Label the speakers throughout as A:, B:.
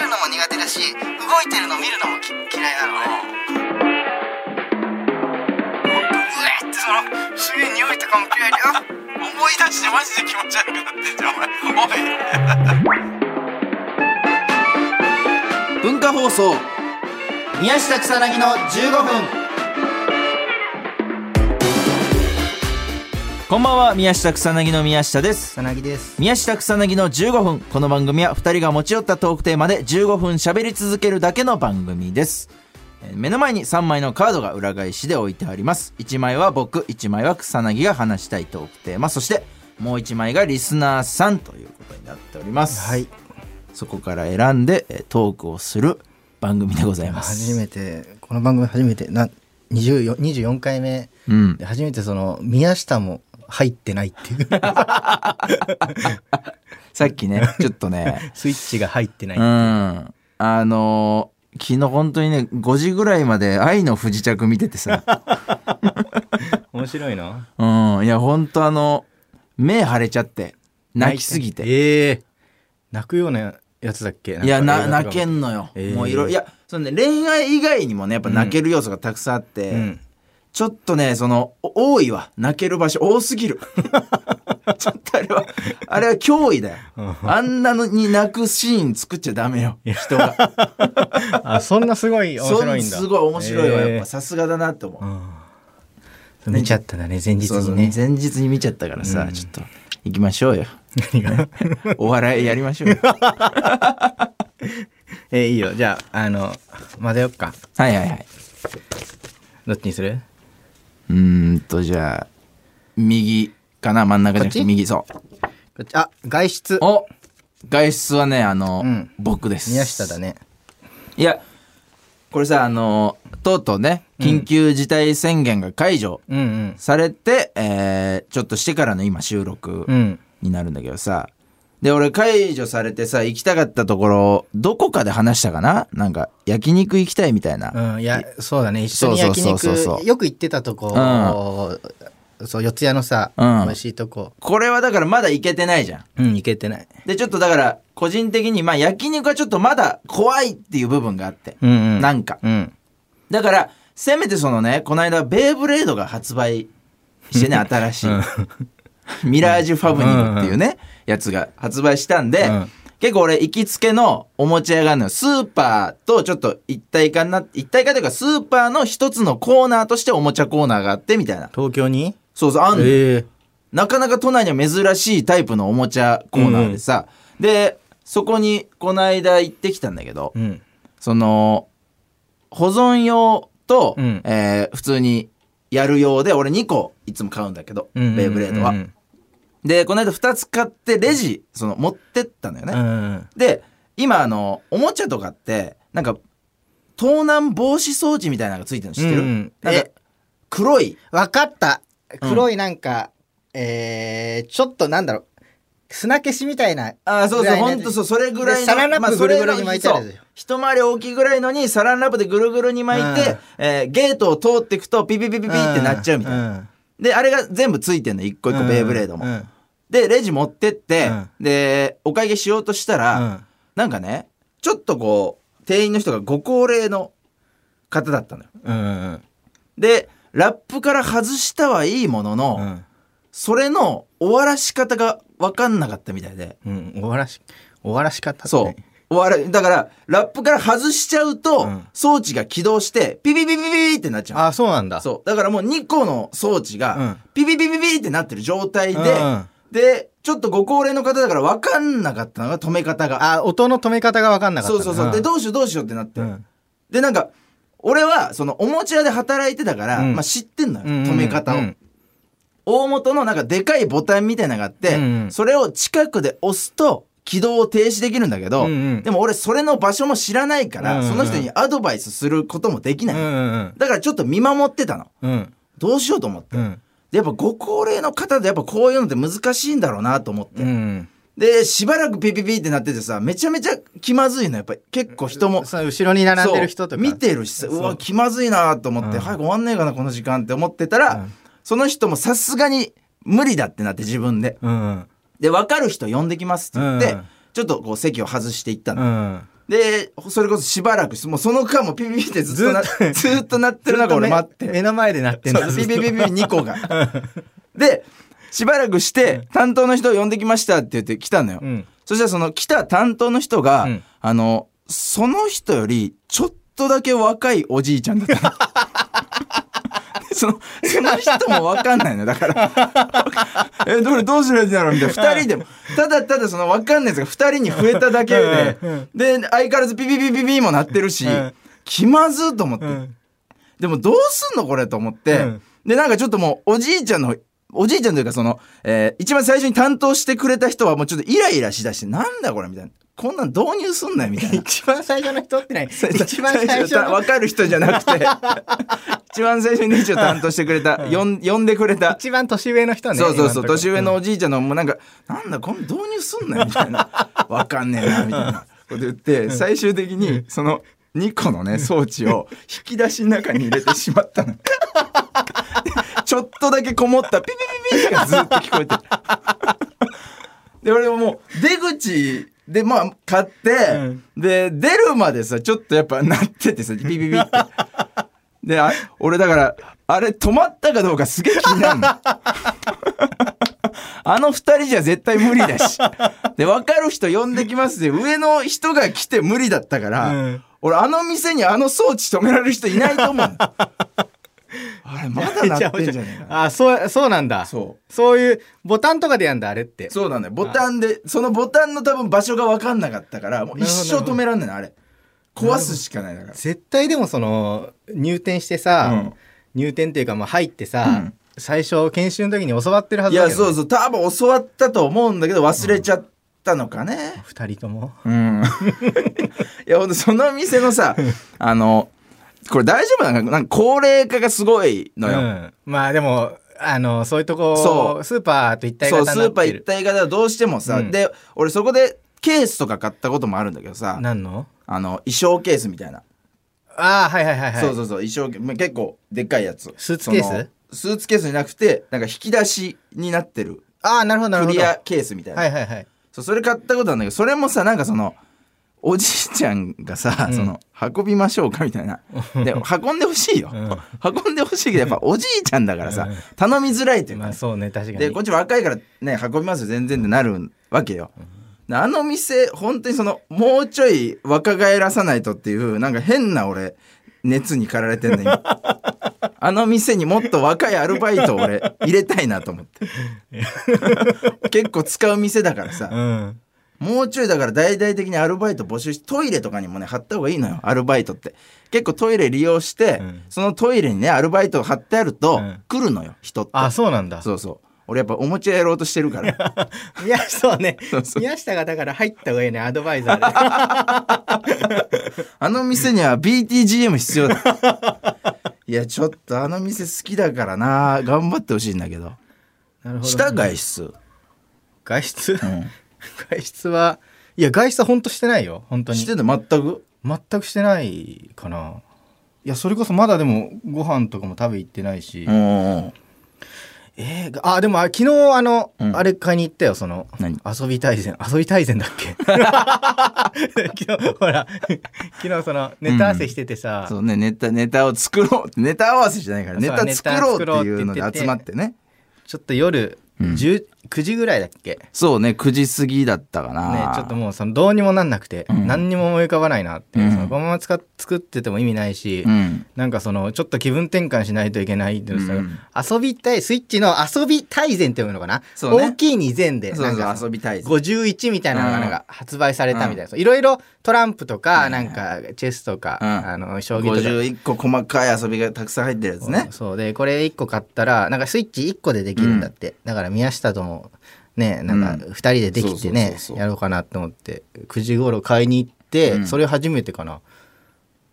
A: だし動いてるの見るのもき嫌いなのねうえってそのすげえ匂いとかも嫌いだよ
B: 思い出してマジで気持ち悪くなってんじゃんお前おい
C: 文化放送
A: 宮下草薙の15分
C: こんばんは宮下草薙の宮下です
A: 草薙です
C: 宮下草薙の15分この番組は2人が持ち寄ったトークテーマで15分喋り続けるだけの番組ですえー目の前に3枚のカードが裏返しで置いてあります1枚は僕1枚は草薙が話したいトークテーマそしてもう1枚がリスナーさんということになっております
A: はい
C: そこから選んでえートークをする番組でございます
A: 初めてこの番組初めてな 24, 24回目
C: うん
A: で初めてその宮下も入ってないっ ていう
C: さっき ねちょっとね
A: スイッチが入ってない、
C: うん。あのー昨日本当にね、5時ぐらいまで愛の不時着見ててさ。
A: 面白いな
C: うん。いや、本当あの、目腫れちゃって、泣きすぎて。
A: ええ泣くようなやつだっけ
C: いや、な、泣け
A: んか
C: んのよ。
A: えー
C: もういろいろ、いや、そのね、恋愛以外にもね、やっぱ泣ける要素がたくさんあって、
A: 映画とかもうん
C: ちょっとね、その、お多いわ。泣ける場所多す ぎる。ちょっとあれは、あれは脅威だよ。あんなのに泣くシーン作っちゃダメよ。人が。
A: あそんなすごい面白いんだ
C: そすごい面白いわ。
A: ええ
C: やっぱさすがだなって思う。
A: そう見ちゃったんだね前日
C: そうそう
A: にね
C: 前日に見ちゃったからさ、
A: うん
C: ちょっと行きましょ うよ
A: 何が
C: お笑いやりましょうよ
A: えーいいよじゃああの混ぜよっか
C: はいはいはい
A: どっちにする
C: うーんとじゃあ右かな真ん中じゃなく
A: こ
C: て
A: っち
C: 右そう
A: こっちあ外出
C: お外出はねあの、
A: うん
C: 僕です
A: 宮下だね
C: いやこれさあのとうとうね緊急事態宣言が解除
A: うんうん
C: されて、えーちょっとしてからの今収録
A: うん
C: になるんだけどさで俺解除されてさ行きたかったところどこかで話したかななんか焼肉行きたいみたいな、
A: うん、いやそうだね一緒に
C: そう
A: 焼
C: そう
A: 肉
C: そうそう
A: よく行ってたとこ、そう四谷のさ、
C: うん
A: 美味しいとこ
C: これはだからまだ行けてないじゃん。
A: うん行けてない
C: で、ちょっとだから、個人的に、まあ焼肉はちょっとまだ怖いっていう部分があって。
A: うんうん
C: なんか。
A: うん
C: だから、せめてそのね、この間、ベイブレードが発売してね、新しい。ミラージュファブニルっていうね、やつが発売したんで、
A: うん
C: 結構俺、行きつけのおもちゃ屋があるのよ。スーパーとちょっと一体化にな一体化というか、スーパーの一つのコーナーとしておもちゃコーナーがあって、みたいな。
A: 東京に
C: そうそう、あんのよ
A: ええ
C: なかなか都内には珍しいタイプのおもちゃコーナーでさ、でそこにこの間行ってきたんだけど、
A: うん
C: その保存用と、
A: うん
C: えー普通にやる用で俺2個いつも買うんだけど、
A: うんうんうんうん
C: ベイブレードは。
A: うん
C: でこの間2つ買ってレジその持ってったのよね。
A: うん
C: で今あのおもちゃとかってなんか盗難防止装置みたいなのがついてるの知ってる、
A: うんうん
C: なんか
A: え
C: 黒い
A: わかった黒いなんか、えー、ちょっとなんだろう砂消しみたいな
C: あーそう
A: ぐ
C: そう、
A: らいの
C: ほ
A: やつ
C: んとそう、それぐらいの。
A: でサランラッ
C: ま
A: プ
C: あ
A: ぐるぐるに巻いてあ
C: そ
A: るやつ
C: れのそう一回り大きいぐらいのに、サランラップでぐるぐるに巻いて、
A: うん
C: えーゲートを通っていくと、ピピピピピってなっちゃうみたいな。
A: な
C: で、あれが全部ついてんの、一個一個、ベイブレードも。で、レジ持ってって、
A: うん
C: で、お会計しようとしたら、なんかね、ちょっとこう、店員の人がご高齢の方だったのよ。
A: うん
C: で、ラップから外したはいいものの、
A: うん
C: それの終わらし方が分かんなかったみたいで、
A: うん終わらし終わらし方
C: そう。終わる。だから、ラップから外しちゃうと、
A: うん
C: 装置が起動して、ピピピピピピってなっちゃう。
A: あそうなんだう
C: そう。だからもう2個の装置が、ピピピピピってなってる状態で、
A: うんうん
C: で、ちょっとご高齢の方だから分かんなかったのが止め方が。
A: あ音の止め方が分かんなかった
C: そ
A: ん
C: う
A: だ
C: そうそう。で、どうしようどうしようってなって。
A: うん
C: で、なんか、俺は、その、おもちゃ屋で働いてたから、
A: うん
C: まあ知ってんのよ。
A: うん
C: 止め方を。
A: うん
C: 大元のなんかでかいボタンみたいなのがあって、
A: うんうん
C: それを近くで押すと起動を停止できるんだけど、
A: うんうん
C: でも俺それの場所も知らないから、
A: うんうんうん
C: その人にアドバイスすることもでき
A: う
C: ない、
A: んうん
C: だからちょっと見守ってたの
A: うん
C: どうしようと思って、
A: うん
C: でやっぱご高齢の方でやっぱこういうのって難しいんだろうなと思って、
A: うん
C: でしばらくピピピってなっててさめちゃめちゃ気まずいのやっぱり結構人も
A: そう後ろに並んでる人とか
C: そう見てるしさう
A: そう
C: わ気まずいなと思って、
A: うん
C: 早く終わんねえかなこの時間って思ってたら、
A: うん
C: その人もさすがに無理だってなって自分で
A: うん
C: で分かる人呼んできますって言って、
A: うん
C: ちょっとこう席を外していった
A: う
C: の、
A: ん
C: でそれこそしばらくしもうその間もピピピってずっとなず
A: ずっ
C: っ
A: と
C: となってる中俺待って
A: 目の前でなってんだ
C: そうビビビビビ2個 が。で、しばらくして、担当の人を呼んできましたって言って来たのよ。
A: うん
C: そしたらその来た担当の人が、
A: うん
C: あの、その人よりちょっとだけ若いおじいちゃんだったの。その、その人もわかんないのよだから。 え、どれどうするんだろうみたいな。二人でも、ただただそのわかんないやつが二人に増えただけで
A: うんうん、
C: で、相変わらずピピピピピもなってるし
A: うん、
C: 気まずーと思って
A: う。ん
C: でもどうすんのこれと思って、
A: うん
C: でなんかちょっともうおじいちゃんのおじいちゃんというかその、えー一番最初に担当してくれた人はもうちょっとイライラしだしてなんだこれみたいなこんなん導入すんなよみたいな。
A: 一番最初の人ってない 一番 最初の
C: 分かる人じゃなくて 一番最初に一応担当してくれた、呼ん、呼んでくれた
A: 一番年上の人ね
C: そうそうそう
A: 今とこ
C: 年上のおじいちゃんのもうなんか「なんだこの導入すんなよ」みたいな「わかんねえな」みたいなこと言って最終的にその2個のね装置を引き出しの中に入れてしまったの。ちょっとだけこもったピピピピピがずっと聞こえてる。で俺ももう出口でまあ買って、で出るまでさちょっとやっぱなっててさピピピって。であ俺だからあれ止まったかどうかすげえ気になるの。あの二人じゃ絶対無理だ し。で、分かる人呼んできますで、上の人が来て無理だったから、
A: うん
C: 俺あの店にあの装置止められる人いないと思う。 あれ、まだなってんじゃないかな。
A: あそうそうなんだそう
C: そう。
A: いうボタンとかでやんだあれって
C: そうなんだよ。ボタンで、そのボタンの多分場所が分かんなかったから、もう一生止めらんないの、あれ。壊すしかないだから。
A: 絶対でもその入店してさ、
C: うん
A: 入店っていうかまあ入ってさ、
C: うん
A: 最初研修の時に教わってるはいずだ
C: や、
A: けどね、
C: そうそう。多分教わったと思うんだけど、忘れちゃったのかね。
A: 2人とも
C: うん、 いやほんとその店のさあのこれ大丈夫なのかなんか高齢化がすごいのよ、
A: うん、まあでもあのそういうと
C: そ
A: こ
C: う
A: スーパーと一体
C: そ
A: 型
C: う
A: に
C: ス
A: なって
C: ー
A: る
C: パー一体型はどうしてもさ、
A: うん
C: で俺そこでケースとか買ったこともあるんだけどさ
A: なんの
C: あの衣装ケースみたいな、
A: ああはいはいはいはい
C: そうそうそう衣装ケまあ結構でっかいやつ
A: スーツケース
C: そのスーツケースじゃなくてなんか引き出しになってる
A: ああなるほどなる
C: ク
A: ほど
C: リアケースみたいな、
A: はいはいはい
C: そうそれ買ったことあるんだけどそれもさなんかそのおじいちゃんがさ、
A: うん
C: その運びましょうかみたいなで運んでほしいよ、
A: ん
C: 運んでほしいけどやっぱおじいちゃんだからさ、
A: うん
C: 頼みづらいというか
A: まあ
C: ね、
A: そうね確かに
C: でこっち若いからね運びますよ全然ってなるわけよ、であの店本当にそのもうちょい若返らさないとっていうなんか変な俺熱に駆られてんね 今あの店にもっと若いアルバイトを俺入れたいなと思って 結構使う店だからさ、
A: うん
C: もうちょいだから大々的にアルバイト募集しトイレとかにもね貼った方がいいのよアルバイトって結構トイレ利用して、
A: うん
C: そのトイレにねアルバイトを貼ってあると、
A: うん
C: 来るのよ人って
A: あそうなんだ
C: そうそう俺やっぱおもちゃやろうとしてるから
A: 宮下そうね
C: そうそう
A: 宮下がだから入った方がいいねアドバ イザー
C: あの店には BTGM 必要だ いやちょっとあの店好きだからな頑張ってほしいんだけど
A: でなるほど
C: 下外出、うん、
A: 外出、外出はいや外出は本当してないよ本当に
C: してんの全く
A: 全くしてないかないやそれこそまだでもご飯とかも食べ行ってないし、
C: うん
A: えーあでもあ昨日あの、
C: うん
A: あれ買いに行ったよその
C: 何
A: 遊び大全遊び大全だっけ 昨日ほら昨日そのネタ合わせしててさ、
C: そうねネタネタを作ろうネタ合わせじゃないからネ
A: そう
C: タ作ろうっていうの
A: ネタ作ろうって言っ
C: で
A: てて
C: 集まってね
A: ちょっと夜、
C: うん
A: 10 9時ぐらいだっけね
C: そうね、9時過ぎだったかな。
A: ちょっともうそのどうにもなんなくて、
C: うん
A: 何にも思い浮かばないなって、
C: うん
A: そのこのまま使っ作ってても意味ないし、
C: うん。
A: なんかそのちょっと気分転換しないといけないっていうのさ、
C: うん
A: 遊びたいスイッチの遊び大全って読むのかな、
C: そうね
A: 大きい2全で
C: そう
A: な
C: そ
A: ん
C: う、
A: か
C: 遊びたいです。
A: 51みたいなのがなんか発売されたみたいなそういろいろトランプとかなんかチェスとか、
C: うん
A: あの将棋
C: 51個
A: とか。
C: 細かい遊びがたくさん入ってるやつね。
A: そうでこれ1個買ったらなんかスイッチ1個でできるんだって、だから宮下ともねなんか
C: う
A: 2人でできて
C: そうそう
A: ね
C: そうそう
A: やろうかなと思って9時頃買いに行って、
C: うん
A: それ初めてかな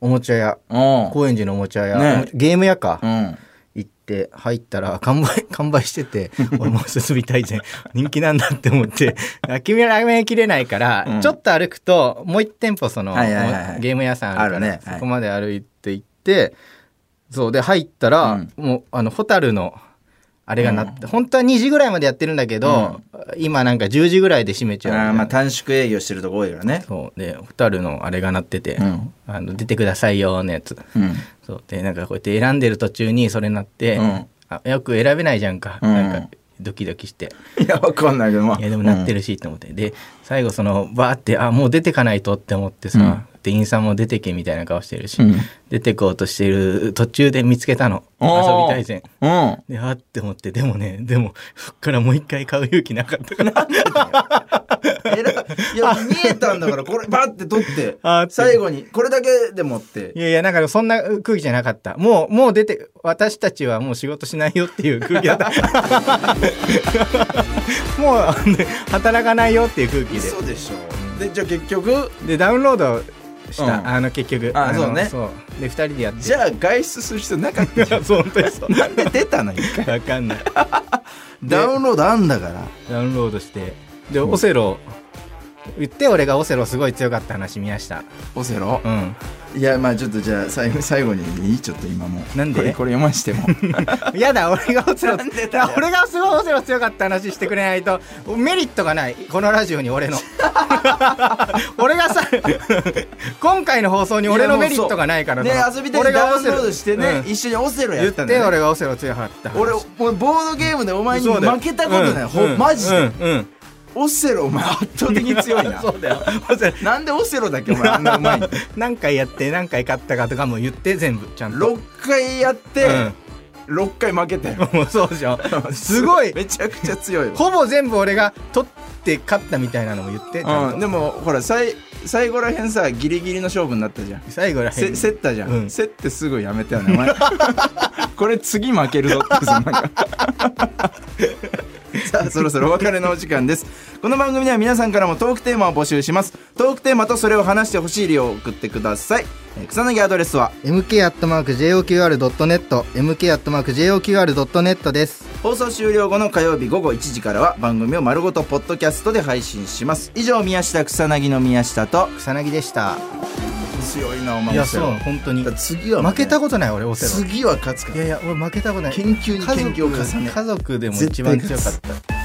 A: おもちゃ屋
C: うん。
A: 高円寺のおもちゃ屋、
C: ね
A: ゲーム屋か、
C: うん。
A: 行って入ったら 完売完売してて 俺もう進みたいじゃん 人気なんだって思って 君らやめきれないから、
C: うん
A: ちょっと歩くともう一店舗その、
C: はいはいはいはい
A: ゲーム屋さんあるから
C: あるねはい
A: そこまで歩いて行ってそうで入ったら、
C: うん
A: もうあのホタルのあれがなって、本当は2時ぐらいまでやってるんだけど、今なんか10時ぐらいで閉めちゃうみたい
C: あー
A: な
C: まあ短縮営業してるとこ多いからね。
A: そうで蛍のあれが鳴ってて、
C: うん
A: あの「出てくださいよ」のやつ
C: うん。
A: そうでなんかこうやって選んでる途中にそれなって、
C: うん
A: あよく選べないじゃんか、
C: うん
A: なんかドキドキして
C: いや、わかんないけど、まあ。
A: いやでもなってるしと思って、で最後そのバーってあもう出てかないとって思ってさ、
C: うん
A: 店員さんも出てけみたいな顔してるし、
C: うん
A: 出てこうとしてる途中で見つけたの
C: うん。
A: 遊
C: お
A: び
C: ー
A: 大全
C: うん。
A: であって思ってでもねでもそっからもう一回買う勇気なかったから
C: えらいや、見えたんだから、これ、バッて取って
A: あーっ、て
C: 最後に、これだけでもっ
A: い
C: て。
A: やいや、なんかそんな空気じゃなかった。もう、もう出て、私たちはもう仕事しないよっていう空気 だった。もうあのね、働かないよっていう空気
C: 嘘でしょ。で、じゃあ結局、
A: で。で、ダウンロードした、
C: うん
A: あの、結局。
C: あ
A: の
C: そうね
A: そう。で、二人でやって。
C: じゃあ外出する必要なかったじゃん。
A: そう、本当にそう。
C: で、出たの一回。
A: わかんない。
C: ダウンロードあんだから。
A: ダウンロードして。で、オセロ、言って俺がオセロすごい強かった話見ました。
C: オセロ
A: う。ん。
C: いや、まあちょっとじゃあ最後、最後にいいちょっと今もう。
A: なんで
C: これこれ読ましても。
A: やだ俺がオセロ
C: なんでだよ
A: 俺がすごいオセロ強かった話してくれないとメリットがないこのラジオ に俺の俺がさ今回の放送 に俺のメリットがないから
C: ね
A: その
C: 遊びたい
A: 俺が
C: ダ
A: オ
C: ウン
A: セ
C: ロ
A: ロ
C: ードしてね、
A: うん
C: 一緒にオセロや
A: 言っ
C: ったんだ
A: て
C: よ、ね、
A: 俺がオセロ強かった話
C: 俺俺ボードゲームでお前に
A: そうだよ
C: 負けたことない、ほ
A: うん
C: マジで、
A: うんうん
C: オセロお前圧倒的に強いな
A: そうだよオセロ
C: なんでオセロだっけお前あんなう まいの
A: 何回やって何回勝ったかとかも言って全部ちゃんと
C: 6回やって、6回負けたよ
A: もうそうでしょすごい
C: めちゃくちゃ強いわ
A: ほぼ全部俺が取って勝ったみたいなのも言ってちゃんと
C: うん、でもほらさい最後らへんさギリギリの勝負になったじゃん
A: 最後らへ
C: せ
A: ん
C: 競ったじゃん、
A: うん
C: 競ってすぐやめたよねお 前これ次負ける ぞってそのなんかさあそろそろお別れのお時間ですこの番組では皆さんからもトークテーマを募集しますトークテーマとそれを話してほしい量を送ってください、えー草薙アドレスは
A: mk.joqr.net mk.joqr.net です
C: 放送終了後の火曜日午後1時からは番組を丸ごとポッドキャストで配信します以上宮下草薙の宮下と
A: 草薙でした
C: 強いなお前
A: いやそう本当に
C: だから次はもうね
A: 負けたことない俺オセロ
C: 次は勝つか
A: い
C: ら
A: やいや俺負けたことない
C: 研究に研究を重ね
A: 家族家族でも一番強かった